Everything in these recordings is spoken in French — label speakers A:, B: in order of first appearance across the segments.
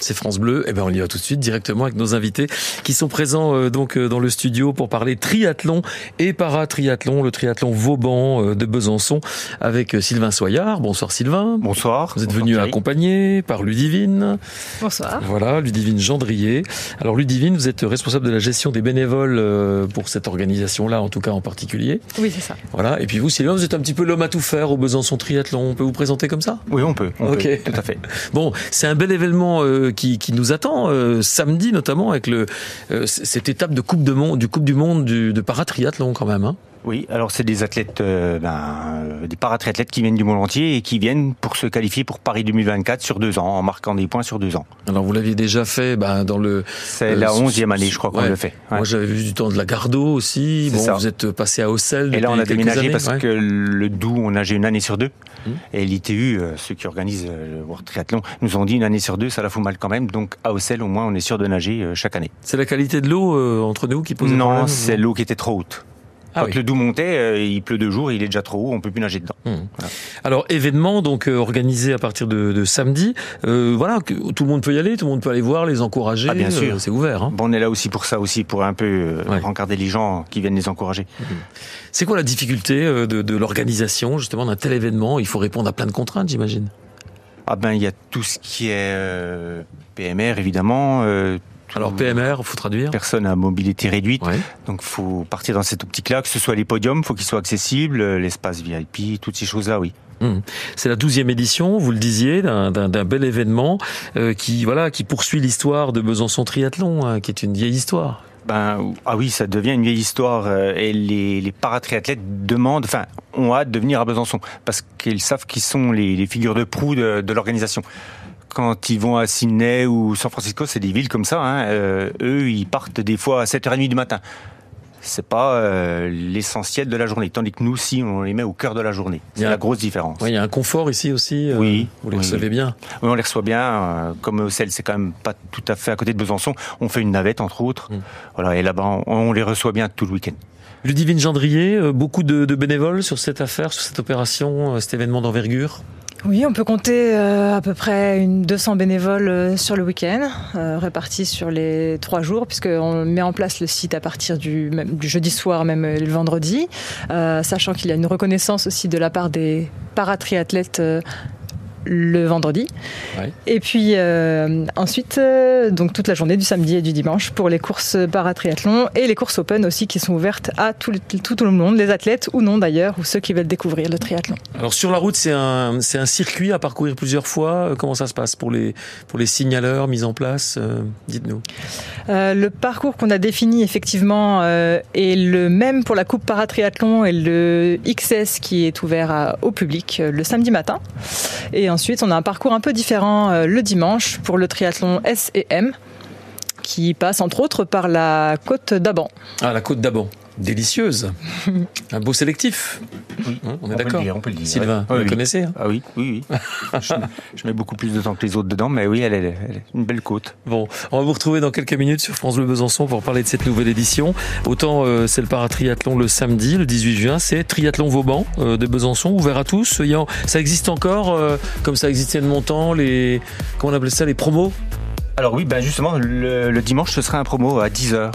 A: c'est France Bleu. Et ben on y va tout de suite directement avec nos invités qui sont présents euh, donc euh, dans le studio pour parler triathlon et paratriathlon, le triathlon Vauban euh, de Besançon avec euh, Sylvain Soyard. Bonsoir Sylvain.
B: Bonsoir.
A: Vous êtes venu accompagné par Ludivine.
C: Bonsoir.
A: Voilà, Ludivine Gendrier. Alors Ludivine, vous êtes responsable de la gestion des bénévoles euh, pour cette organisation-là, en tout cas en particulier.
C: Oui, c'est ça.
A: Voilà. Et puis vous, Sylvain, vous êtes un petit peu l'homme à tout faire au Besançon Triathlon. On peut vous présenter comme ça
B: Oui, on peut. on
A: Ok.
B: peut, Tout à fait.
A: Bon, c'est un bel événement euh, qui, qui nous attend euh, samedi notamment avec le euh, c- cette étape de coupe de monde, du coupe du monde du, de paratriathlon quand même. Hein.
B: Oui, alors c'est des athlètes, euh, ben, euh, des paratriathlètes qui viennent du monde entier et qui viennent pour se qualifier pour Paris 2024 sur deux ans, en marquant des points sur deux ans.
A: Alors vous l'aviez déjà fait ben, dans le.
B: C'est
A: Euh,
B: la
A: sur-
B: onzième année, je crois qu'on
A: ouais.
B: le fait. Ouais.
A: Moi j'avais vu du temps de la Gardeau aussi.
B: C'est
A: Bon,
B: ça.
A: vous êtes passé à Ocel.
B: Et là, on a
A: depuis quelques
B: déménagé
A: années,
B: parce
A: ouais.
B: que le Doubs, on nageait une année sur deux.
A: Hum.
B: Et l'ITU, euh, ceux qui organisent euh, le World Triathlon, nous ont dit une année sur deux, ça la fout mal quand même. Donc à Ocel, au moins, on est sûr de nager euh, chaque année.
A: C'est la qualité de l'eau euh, entre nous qui pose
B: Non,
A: problème.
B: c'est l'eau qui était trop haute.
A: Ah
B: Quand
A: oui.
B: le Doubs montait, euh, il pleut deux jours, il est déjà trop haut, on peut plus nager dedans.
A: Hum.
B: Voilà.
A: Alors événement donc euh, organisé à partir de, de samedi. Euh, voilà, que tout le monde peut y aller, tout le monde peut aller voir, les encourager.
B: Ah, bien sûr.
A: Euh, c'est ouvert. hein.
B: Bon, on est là aussi pour ça aussi, pour un peu euh,
A: Ouais.
B: rencarder les gens qui viennent les encourager.
A: C'est quoi la difficulté euh, de, de l'organisation justement d'un tel événement Il faut répondre à plein de contraintes, j'imagine.
B: Ah ben, il y a tout ce qui est euh, PMR, évidemment. euh, tout-
A: Alors PMR, faut traduire.
B: Personne à mobilité réduite,
A: Ouais.
B: donc faut partir dans cette optique-là, que ce soit les podiums, faut qu'ils soient accessibles, euh, l'espace VIP, toutes ces choses-là, oui.
A: C'est la douzième édition, vous le disiez, d'un- d'un d'un bel événement euh, qui voilà qui poursuit l'histoire de Besançon Triathlon, hein, qui est une vieille histoire.
B: Ben, ah oui, ça devient une vieille histoire euh, et les, les paratriathlètes demandent, enfin, ont hâte de venir à Besançon parce qu'ils savent qui sont les, les figures de proue de, de l'organisation. Quand ils vont à Sydney ou San Francisco, c'est des villes comme ça, hein, euh, eux, ils partent des fois à 7h30 du matin. C'est pas euh, l'essentiel de la journée, tandis que nous, si, on les met au cœur de la journée. C'est
A: Bien.
B: la grosse différence.
A: Ouais, il y a un confort ici aussi. euh,
B: Oui,
A: vous le
B: oui,
A: savez bien.
B: Oui, on les reçoit bien. euh, Comme Ocel, c'est quand même pas tout à fait à côté de Besançon. On fait une navette, entre autres.
A: Mm.
B: Voilà, et là-bas, on, on les reçoit bien tout le week-end.
A: Ludivine Gendrier, euh, beaucoup de, de bénévoles sur cette affaire, sur cette opération, euh, cet événement d'envergure.
C: Oui, on peut compter euh, à peu près une 200 bénévoles euh, sur le week-end, euh, répartis sur les trois jours, puisqu'on met en place le site à partir du, même- du jeudi soir, même euh, le vendredi, euh, sachant qu'il y a une reconnaissance aussi de la part des paratriathlètes. euh, le vendredi.
A: Ouais.
C: Et puis euh, ensuite, euh, donc toute la journée du samedi et du dimanche pour les courses paratriathlon et les courses open aussi qui sont ouvertes à tout, le- tout le monde, les athlètes ou non d'ailleurs, ou ceux qui veulent découvrir le triathlon.
A: Alors sur la route, c'est un, c'est un circuit à parcourir plusieurs fois. Euh, Comment ça se passe pour les, pour les signaleurs mis en place euh, Dites-nous.
C: Euh, le parcours qu'on a défini effectivement euh, est le même pour la coupe paratriathlon et le XS qui est ouvert à- au public euh, le samedi matin. Et ensuite, on a un parcours un peu différent euh, le dimanche pour le triathlon S et M qui passe entre autres par la côte d'Aban.
A: Ah, la côte d'Aban. Délicieuse. un beau sélectif. Hein, on est d'accord.
B: on peut le dire.
A: Sylvain, vous
B: Oui,
A: la
B: oui.
A: connaissez hein
B: Ah oui, oui, oui. je, je mets beaucoup plus de temps que les autres dedans, mais oui, elle est, elle est une belle côte.
A: Bon, on va vous retrouver dans quelques minutes sur France Bleu Besançon pour parler de cette nouvelle édition. Autant euh, c'est le paratriathlon le samedi, le 18 juin, c'est Triathlon Vauban euh, de Besançon, ouvert à tous. Il y a- ça existe encore, euh, comme ça existait de mon temps, les... Comment on appelait ça Les promos
B: Alors oui, ben justement, le, le dimanche, ce sera un promo à 10h.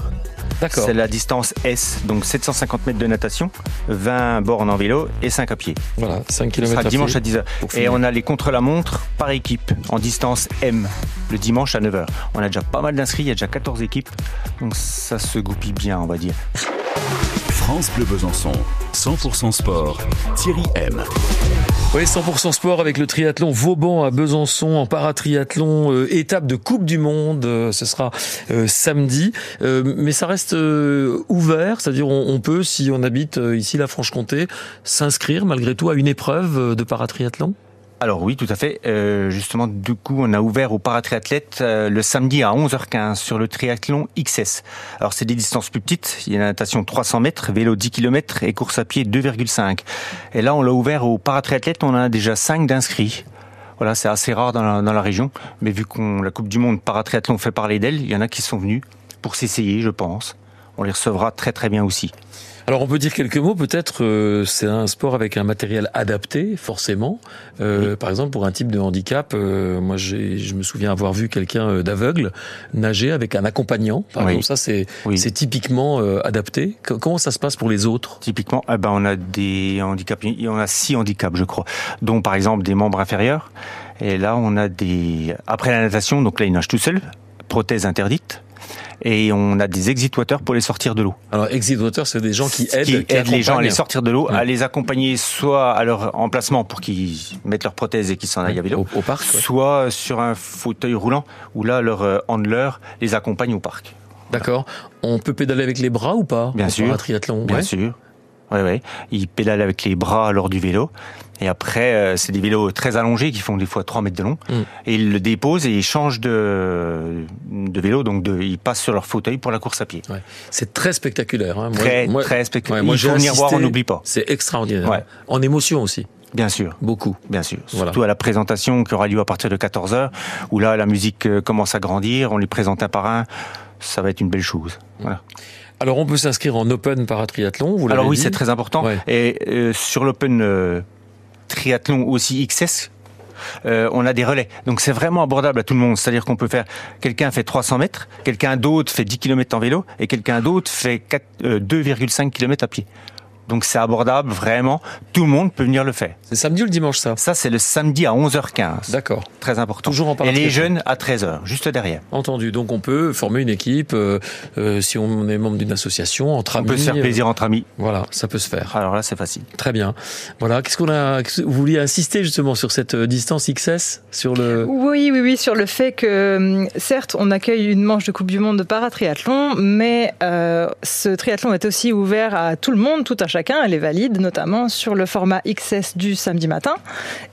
A: D'accord.
B: C'est la distance S, donc 750 mètres de natation, 20 bornes en vélo et 5 à pied.
A: Voilà, 5
B: Ce
A: km
B: sera
A: à
B: dimanche
A: pied
B: à 10h.
A: pour
B: Et
A: finir.
B: on a les contre-la-montre par équipe en distance M le dimanche à 9h. On a déjà pas mal d'inscrits, il y a déjà 14 équipes. Donc ça se goupille bien, on va dire.
D: France Bleu Besançon, 100% sport, Thierry M.
A: Oui, 100% sport avec le triathlon Vauban à Besançon en paratriathlon, euh, étape de Coupe du Monde, euh, ce sera euh, samedi. Euh, mais ça reste euh, ouvert, c'est-à-dire on, on peut, si on habite euh, ici la Franche-Comté, s'inscrire malgré tout à une épreuve euh, de paratriathlon.
B: Alors oui, tout à fait. Euh, justement, du coup, on a ouvert aux paratriathlètes euh, le samedi à 11h15 sur le triathlon XS. Alors c'est des distances plus petites. Il y a la natation 300 mètres, vélo 10 km et course à pied 2,5. Et là, on l'a ouvert aux paratriathlètes. On en a déjà 5 d'inscrits. Voilà, c'est assez rare dans la, dans la région. Mais vu qu'on la Coupe du Monde paratriathlon fait parler d'elle, il y en a qui sont venus pour s'essayer, je pense. on les recevra très très bien aussi.
A: Alors on peut dire quelques mots, peut-être euh, c'est un sport avec un matériel adapté, forcément. Euh, Par exemple, pour un type de handicap, euh, moi j'ai- je me souviens avoir vu quelqu'un euh, d'aveugle nager avec un accompagnant. Par
B: Oui.
A: exemple, ça c'est
B: Oui.
A: c'est typiquement euh, adapté. Co- comment ça se passe pour les autres
B: Typiquement, eh ben, on a des handicaps, on a six handicaps, je crois, dont par exemple des membres inférieurs. Et là, on a des, après la natation, donc là, ils nagent tout seuls, prothèse interdite. Et on a des exituateurs pour les sortir de l'eau.
A: Alors exit water, c'est des gens qui aident,
B: qui aident les gens à
A: accompagnent. Mmh.
B: les sortir de l'eau,
A: Ouais.
B: à les accompagner soit à leur emplacement pour qu'ils mettent leur prothèse et qu'ils s'en aillent à vélo,
A: au, au parc. ouais.
B: soit sur un fauteuil roulant où là, leur euh, handler les accompagne au parc.
A: D'accord. On peut pédaler avec les bras ou pas
B: Bien
A: pour
B: sûr.
A: faire Un triathlon.
B: Bien
A: ouais.
B: sûr. Ouais, ouais. Ils pédalent avec les bras lors du vélo. Et après, euh, c'est des vélos très allongés qui font des fois 3 mètres de long.
A: Mm.
B: Et ils le déposent et ils changent de, de vélo. Donc, de, ils passent sur leur fauteuil pour la course à pied.
A: C'est très spectaculaire. hein. Moi,
B: très,
A: moi-
B: très spectaculaire.
A: ouais, moi,
B: il
A: j'ai
B: faut venir voir, on
A: assisté.
B: n'oublie pas.
A: C'est extraordinaire.
B: Ouais.
A: En émotion aussi,
B: Bien sûr.
A: beaucoup.
B: Bien sûr.
A: Voilà.
B: Surtout à la présentation qui aura lieu à partir de 14h, où là, la musique euh, commence à grandir, on les présente un par un. Ça va être une belle chose. Voilà.
A: Alors on peut s'inscrire en Open Paratriathlon, vous l'avez
B: Alors oui,
A: dit.
B: c'est très important.
A: Ouais.
B: Et euh, sur l'Open euh, Triathlon aussi XS, euh, on a des relais. Donc c'est vraiment abordable à tout le monde. C'est-à-dire qu'on peut faire, quelqu'un fait 300 mètres, quelqu'un d'autre fait 10 km en vélo, et quelqu'un d'autre fait quatre- euh, 2,5 km à pied. Donc c'est abordable, vraiment. Tout le monde peut venir le faire.
A: C'est samedi ou le dimanche ça
B: Ça, c'est le samedi à 11h15.
A: D'accord,
B: Très important.
A: Toujours en
B: Et les
A: paratriathlon.
B: jeunes à 13h, juste derrière.
A: entendu. Donc on peut former une équipe euh, euh, si on est membre d'une association entre
B: On
A: amis.
B: peut se faire
A: euh,
B: plaisir entre amis.
A: voilà, ça peut se faire.
B: Alors là, c'est facile.
A: Très bien. Voilà, qu'est-ce qu'on a qu'est-ce- Vous vouliez insister justement sur cette euh, distance XS sur le
C: Oui, oui, oui, sur le fait que, hum, certes, on accueille une manche de Coupe du Monde de paratriathlon, mais euh, ce triathlon est aussi ouvert à tout le monde, tout à chacun. Elle est valide, notamment sur le format XS du samedi matin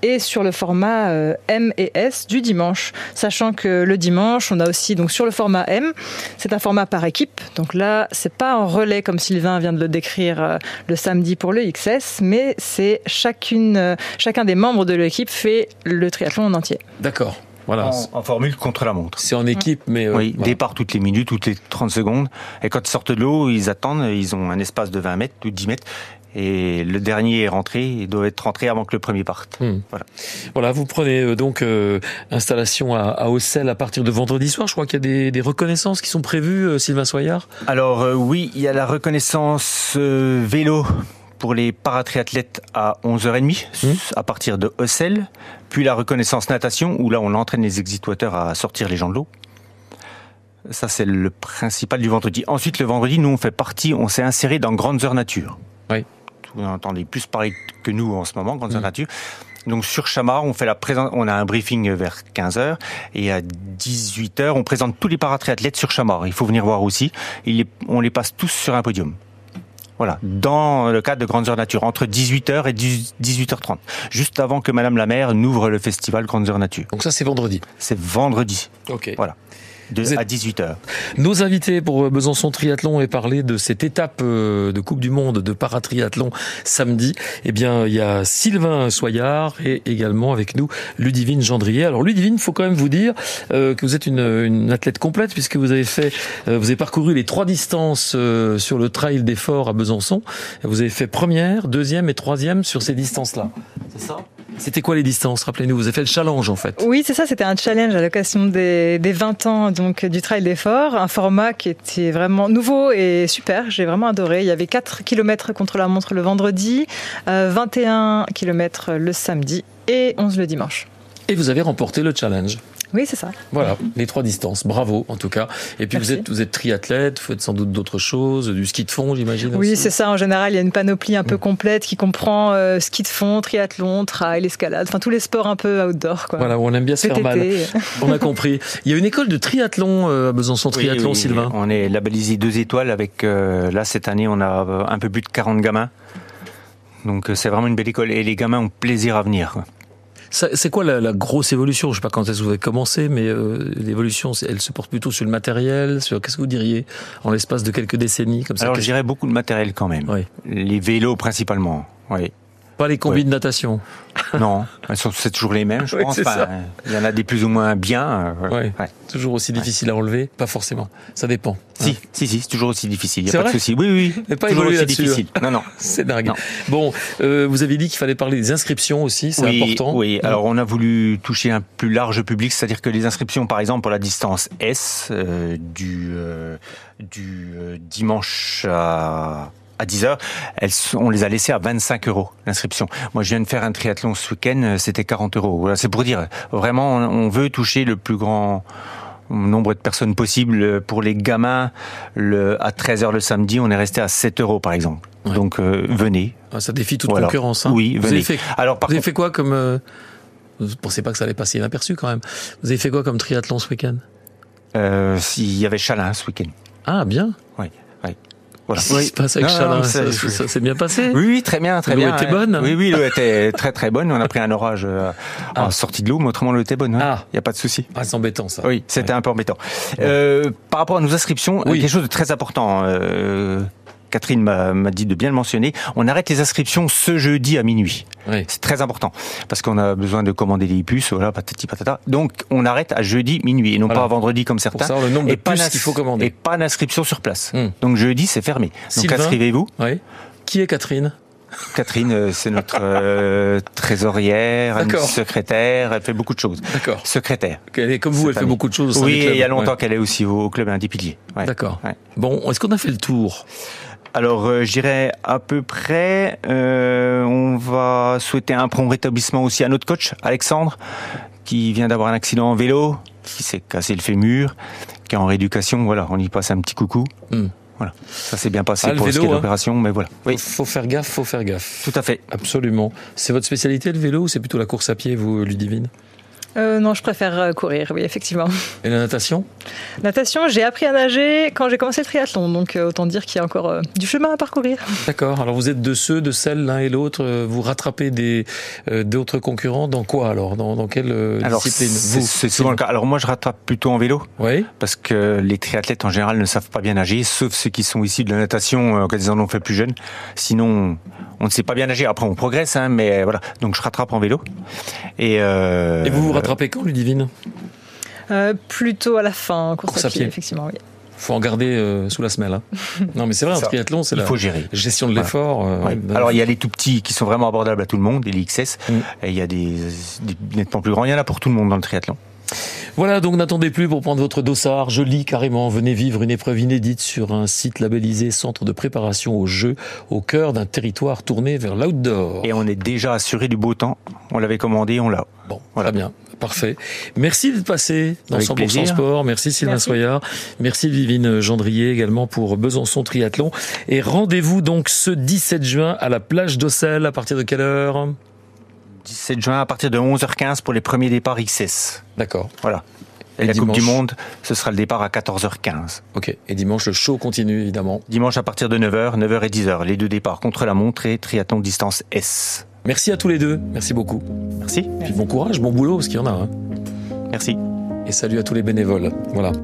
C: et sur le format euh, M et S du dimanche. Sachant que le dimanche, on a aussi, donc sur le format M, c'est un format par équipe. Donc là, c'est pas en relais comme Sylvain vient de le décrire euh, le samedi pour le XS, mais c'est chacune, euh, chacun des membres de l'équipe fait le triathlon en entier.
A: D'accord. Voilà.
B: En, en formule contre la montre.
A: C'est en équipe mais euh,
B: Oui,
A: voilà.
B: départ toutes les minutes, toutes les 30 secondes. Et quand ils sortent de l'eau, ils attendent, ils ont un espace de 20 mètres ou 10 mètres. Et le dernier est rentré, il doit être rentré avant que le premier parte.
A: Voilà, vous prenez euh, donc euh, installation à, à Auxelles à partir de vendredi soir. Je crois qu'il y a des, des reconnaissances qui sont prévues, euh, Sylvain Soyard.
B: Alors euh, oui, il y a la reconnaissance euh, vélo pour les paratriathlètes à 11h30
A: Mhm.
B: à partir de Hossel, puis la reconnaissance natation où là on entraîne les exituateurs à sortir les gens de l'eau. Ça c'est le principal du vendredi. Ensuite le vendredi, nous on fait partie, on s'est inséré dans Grandes Heures Nature.
A: Oui.
B: Vous en entendez plus parler que nous en ce moment, Grandes
A: Mhm.
B: Heures Nature. Donc sur Chamar, on fait la présent- on a un briefing vers 15h et à 18h, on présente tous les paratriathlètes sur Chamar. Il faut venir voir aussi. Il les- on les passe tous sur un podium. Voilà, dans le cadre de Grandes Heures Nature, entre 18h et 18h30, juste avant que Madame la maire n'ouvre le festival Grandes Heures Nature.
A: Donc ça c'est vendredi.
B: C'est vendredi,
A: Ok.
B: de
A: Vous êtes-
B: à 18h.
A: Nos invités pour euh, Besançon Triathlon et parler de cette étape euh, de Coupe du Monde de paratriathlon samedi. Eh bien, il y a Sylvain Soyard et également avec nous Ludivine Gendrier. Alors Ludivine, faut quand même vous dire euh, que vous êtes une, une athlète complète puisque vous avez fait, euh, vous avez parcouru les trois distances euh, sur le Trail des Forts à Besançon. Vous avez fait première, deuxième et troisième sur ces distances-là. C'est ça C'était quoi les distances Rappelez-nous. Vous avez fait le challenge en fait.
C: Oui, c'est ça, c'était un challenge à l'occasion des, des 20 ans donc, du Trail d'effort, un format qui était vraiment nouveau et super, j'ai vraiment adoré. Il y avait 4 km contre la montre le vendredi, euh, 21 km le samedi et 11 le dimanche.
A: Et vous avez remporté le challenge.
C: Oui, c'est ça.
A: Voilà, les trois distances. Bravo, en tout cas. Et puis
C: Merci.
A: vous êtes vous êtes triathlète, vous faites sans doute d'autres choses, du ski de fond, j'imagine.
C: Oui,
A: aussi.
C: c'est ça. En général, il y a une panoplie un
A: Mm.
C: peu complète qui comprend euh, ski de fond, triathlon, trail, escalade, enfin tous les sports un peu outdoor. Quoi.
A: Voilà, on aime bien se faire mal.
C: VTT.
A: On a compris. Il y a une école de triathlon euh, à Besançon Triathlon,
B: Oui, oui,
A: Sylvain.
B: On est labellisé deux étoiles avec, euh, là cette année, on a euh, un peu plus de 40 gamins. Donc euh, c'est vraiment une belle école et les gamins ont plaisir à venir. quoi.
A: Ça- C'est quoi la, la grosse évolution Je sais pas quand est-ce que vous avez commencé, mais euh, l'évolution, c'est- elle se porte plutôt sur le matériel. Sur qu'est-ce que vous diriez en l'espace de quelques décennies comme ça
B: Alors je
A: qu'est-ce-
B: dirais beaucoup de matériel quand même.
A: Oui.
B: Les vélos principalement. Oui.
A: Pas les combis de natation.
B: Non, elles sont- c'est toujours les mêmes, je
A: Oui,
B: pense.
A: c'est
B: Enfin,
A: ça.
B: euh, Il y en a des plus ou moins bien. euh, voilà.
A: Ouais.
B: Ouais. Ah.
A: Toujours aussi difficile à enlever Pas forcément. Ça dépend.
B: Si, si, si, c'est toujours aussi difficile. Il n'y a
A: Hein. C'est
B: pas
A: vrai
B: de souci. Oui, oui,
A: Mais
B: oui.
A: pas
B: toujours
A: évolué
B: aussi
A: là-dessus, hein.
B: difficile. Non, non.
A: C'est dingue.
B: Non.
A: Bon, euh, vous avez dit qu'il fallait parler des inscriptions aussi, c'est
B: oui,
A: important.
B: Oui, alors on a voulu toucher un plus large public, c'est-à-dire que les inscriptions, par exemple, pour la distance S euh, du, euh, du euh, dimanche à... À 10h, elles sont- on les a laissées à 25 euros, l'inscription. Moi, je viens de faire un triathlon ce week-end, euh, c'était 40 euros. Voilà, c'est pour dire, vraiment, on- on veut toucher le plus grand nombre de personnes possible. Euh, Pour les gamins, le, à 13h le samedi, on est resté à 7 euros, par exemple.
A: Ouais.
B: Donc, euh, venez.
A: Ah, Ça défie toute
B: Voilà.
A: concurrence. hein.
B: Oui,
A: vous
B: venez.
A: avez fait,
B: Alors, par
A: vous avez
B: contre,
A: fait quoi comme... euh, vous pensez pas que ça allait passer inaperçu quand même. Vous avez fait quoi comme triathlon ce week-end
B: euh, s'il y avait Chalin ce week-end.
A: Ah, bien.
B: Oui, oui. Voilà.
A: Qu'est-ce qui
B: Oui.
A: se passe avec
B: Non,
A: Chalin
B: non,
A: Ça,
B: ça,
A: ça-
B: je-
A: ça s'est bien passé
B: Oui, oui, très bien, très
A: L'eau
B: bien.
A: était bonne
B: Oui, oui, l'eau était très très bonne. On a pris un orage euh,
A: Ah.
B: en sortie de l'eau, mais autrement l'eau était bonne. Il
A: Ah.
B: n'y a pas de souci.
A: Ah, c'est embêtant ça.
B: Oui, c'était un peu embêtant. Euh, par rapport à nos inscriptions, euh,
A: Oui.
B: quelque chose de très important. euh, Catherine m'a m'a dit de bien le mentionner. On arrête les inscriptions ce jeudi à minuit.
A: Oui.
B: C'est très important parce qu'on a besoin de commander des puces, voilà, patati patata. Donc on arrête à jeudi minuit et non
A: Voilà.
B: pas à vendredi comme
A: Pour
B: certains.
A: savoir le nombre de
B: Et pas
A: puces
B: d'ins-
A: qu'il faut
B: Et
A: commander.
B: pas d'inscription sur place.
A: Hmm.
B: Donc jeudi c'est fermé. Donc
A: Sylvain
B: inscrivez-vous.
A: Oui. Qui est Catherine
B: Catherine, euh, c'est notre euh, trésorière, une
A: D'accord.
B: secrétaire, elle fait beaucoup de choses.
A: D'accord.
B: Secrétaire.
A: Elle est comme vous, elle fait
B: Cette année.
A: beaucoup de choses. au sein
B: Oui,
A: du
B: et
A: club.
B: il y a longtemps
A: Ouais.
B: qu'elle est aussi au, au club un des piliers. Ouais.
A: D'accord.
B: Ouais.
A: Bon, est-ce qu'on a fait le tour
B: Alors, euh, je dirais à peu près, euh, on va souhaiter un prompt rétablissement aussi à notre coach, Alexandre, qui vient d'avoir un accident en vélo, qui s'est cassé le fémur, qui est en rééducation. Voilà, on y passe un petit coucou.
A: Hmm.
B: Voilà, ça s'est bien passé
A: Ah, le
B: pour ce qui est
A: vélo,
B: de
A: hein.
B: l'opération, mais voilà. Oui,
A: Faut faire gaffe, faut faire gaffe.
B: tout à fait.
A: Absolument. C'est votre spécialité le vélo ou c'est plutôt la course à pied, vous, Ludivine
C: Euh, non, je préfère euh, courir, oui, effectivement.
A: Et la natation
C: Natation, j'ai appris à nager quand j'ai commencé le triathlon, donc euh, autant dire qu'il y a encore euh, du chemin à parcourir.
A: D'accord. Alors vous êtes de ceux, de celles, l'un et l'autre. euh, Vous rattrapez des euh, d'autres concurrents dans quoi alors dans, dans quelle euh,
B: Alors,
A: discipline
B: c'est
A: Vous,
B: c'est souvent le cas. Alors, moi, je rattrape plutôt en vélo.
A: Oui.
B: parce que les triathlètes en général ne savent pas bien nager, sauf ceux qui sont issus de la natation euh, quand ils en ont fait plus jeune. Sinon, on ne sait pas bien nager. Après, on progresse, hein, mais voilà. Donc, je rattrape en vélo. Et, euh,
A: Et vous vous rattrapez quand, Ludivine
C: Euh, plutôt à la fin, en course, à, pied, effectivement. Oui.
A: Faut en garder euh, sous la semelle. hein. non, mais c'est vrai. En
B: Ça,
A: triathlon, c'est
B: Il
A: la
B: faut gérer.
A: gestion de l'effort. euh,
B: Ouais.
A: ouais.
B: Alors il y a les tout petits qui sont vraiment abordables à tout le monde, les XS,
A: Mm.
B: et il y a des, des nettement plus grands, il y en a pour tout le monde dans le triathlon.
A: Voilà, donc n'attendez plus pour prendre votre dossard. Je lis carrément. Venez vivre une épreuve inédite sur un site labellisé Centre de préparation aux Jeux, au cœur d'un territoire tourné vers l'outdoor.
B: Et on est déjà assuré du beau temps, on l'avait commandé, on l'a.
A: Bon,
B: Voilà.
A: très bien, parfait. Merci d'être passé dans
B: Avec
A: 100%
B: plaisir.
A: Sport. Merci Sylvain
C: Merci.
A: Soyard. Merci Vivine Gendrier également pour Besançon Triathlon. Et rendez-vous donc ce 17 juin à la plage d'Ossel. À partir de quelle heure
B: 17 juin à partir de 11h15 pour les premiers départs XS.
A: D'accord,
B: Voilà.
A: Et
B: Et la
A: dimanche
B: Coupe du Monde, ce sera le départ à 14h15.
A: ok. Et dimanche, le show continue évidemment.
B: Dimanche à partir de 9h, 9h et 10h, les deux départs contre la montre et triathlon distance S.
A: Merci à tous les deux. Merci beaucoup.
B: Merci.
A: Puis bon courage, bon boulot, parce qu'il y en a. hein.
B: Merci.
A: Et salut à tous les bénévoles. Voilà.